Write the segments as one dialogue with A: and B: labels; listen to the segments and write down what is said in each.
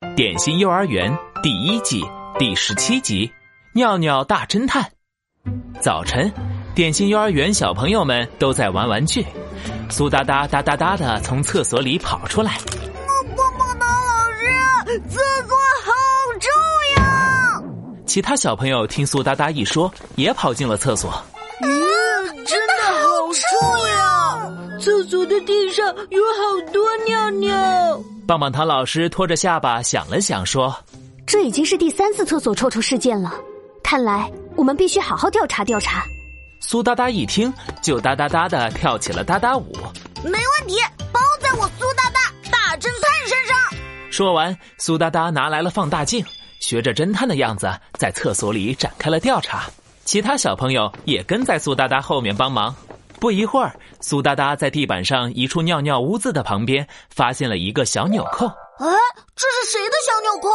A: 《点心幼儿园》第一季第十七集《尿尿大侦探》。早晨，点心幼儿园小朋友们都在玩玩具。苏哒哒哒哒哒的从厕所里跑出来，
B: 帮帮帮忙，老师，厕所好臭呀！
A: 其他小朋友听苏哒哒一说，也跑进了厕所。
B: 嗯，真的好臭呀！
C: 厕所的地上有好多尿尿。
A: 棒棒糖老师拖着下巴想了想，说
D: 这已经是第三次厕所臭臭事件了，看来我们必须好好调查调查。：“
A: 苏哒哒一听，就哒哒哒的跳起了哒哒舞。
B: 没问题，包在我苏大大大侦探身上。”
A: 说完，苏哒哒拿来了放大镜，学着侦探的样子，在厕所里展开了调查。其他小朋友也跟在苏哒哒后面帮忙。不一会儿，苏哒哒在地板上一处尿尿污渍的旁边发现了一个小纽扣。
B: 哎，这是谁的小纽扣？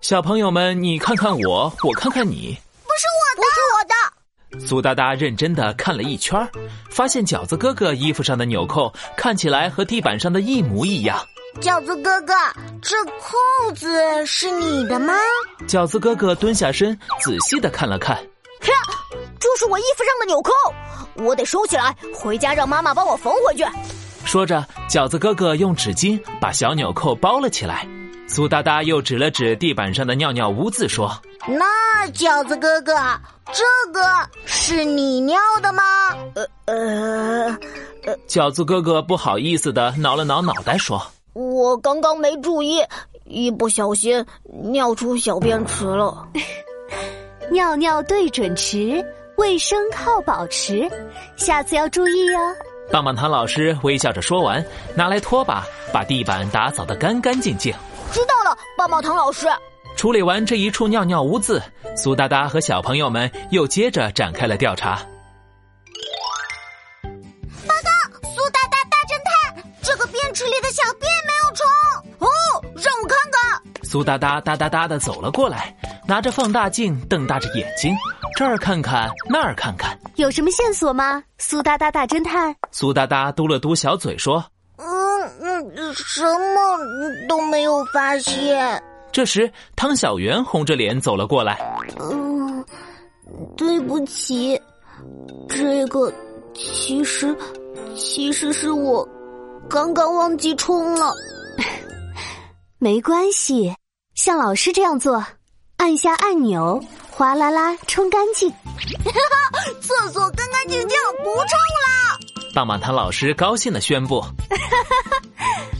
A: 小朋友们，你看看我，我看看你。
B: 不是我的，不是我的。
A: 苏哒哒认真的看了一圈儿，发现饺子哥哥衣服上的纽扣看起来和地板上的一模一样。
B: 饺子哥哥，这扣子是你的吗？
A: 饺子哥哥蹲下身，仔细的看了看。
B: 这是我衣服上的纽扣，我得收起来，回家让妈妈帮我缝回去。
A: 说着，饺子哥哥用纸巾把小纽扣包了起来。苏哒哒又指了指地板上的尿尿污渍，说
B: 那饺子哥哥，这个是你尿的吗？呃呃，：“
A: 饺子哥哥不好意思的挠了挠脑袋，说
B: 我刚刚没注意，一不小心尿出小便池了。
D: 尿尿对准池，卫生靠保持，下次要注意哦。：‘
A: 棒棒糖老师微笑着说完，拿来拖把把地板打扫得干干净净。’
B: 知道了，棒棒糖老师。
A: 处理完这一处尿尿污渍，苏哒哒和小朋友们又接着展开了调查。
B: 苏大大大侦探，这个便池里的小便没有冲哦，让我看看。
A: 苏哒哒哒哒哒的走了过来，拿着放大镜瞪大着眼睛，这儿看看那儿看看。
D: 有什么线索吗？苏哒哒大侦探，
A: 苏哒哒嘟了嘟小嘴说。
B: 嗯嗯，什么都没有发现。
A: 这时，汤小圆红着脸走了过来。
B: 嗯，对不起，这个其实其实是我刚刚忘记冲了。
D: 没关系，像老师这样做，按下按钮，哗啦啦冲干净。
B: 厕所干干净净，不臭啦！
A: 棒棒糖老师高兴地宣布，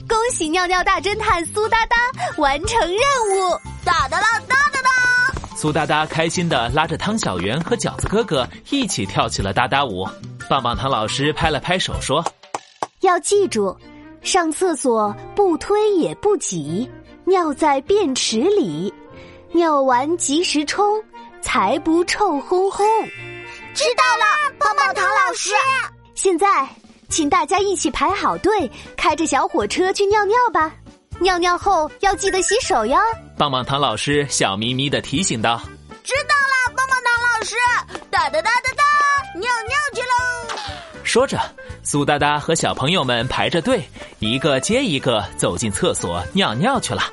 D: 恭喜尿尿大侦探苏哒哒完成任务！
B: 哒哒哒哒哒哒！
A: 苏哒哒开心地拉着汤小圆和饺子哥哥一起跳起了哒哒舞。棒棒糖老师拍了拍手说
D: 要记住，上厕所不推也不挤，尿在便池里，尿完及时冲，才不臭烘烘。
B: 知道了，棒棒糖老师。
D: 现在，请大家一起排好队，开着小火车去尿尿吧。尿尿后要记得洗手哟。：“
A: 棒棒糖老师笑眯眯地提醒道。
B: 知道了，棒棒糖老师。哒哒哒哒哒，尿尿去喽！”
A: 说着，苏哒哒和小朋友们排着队，一个接一个走进厕所尿尿去了。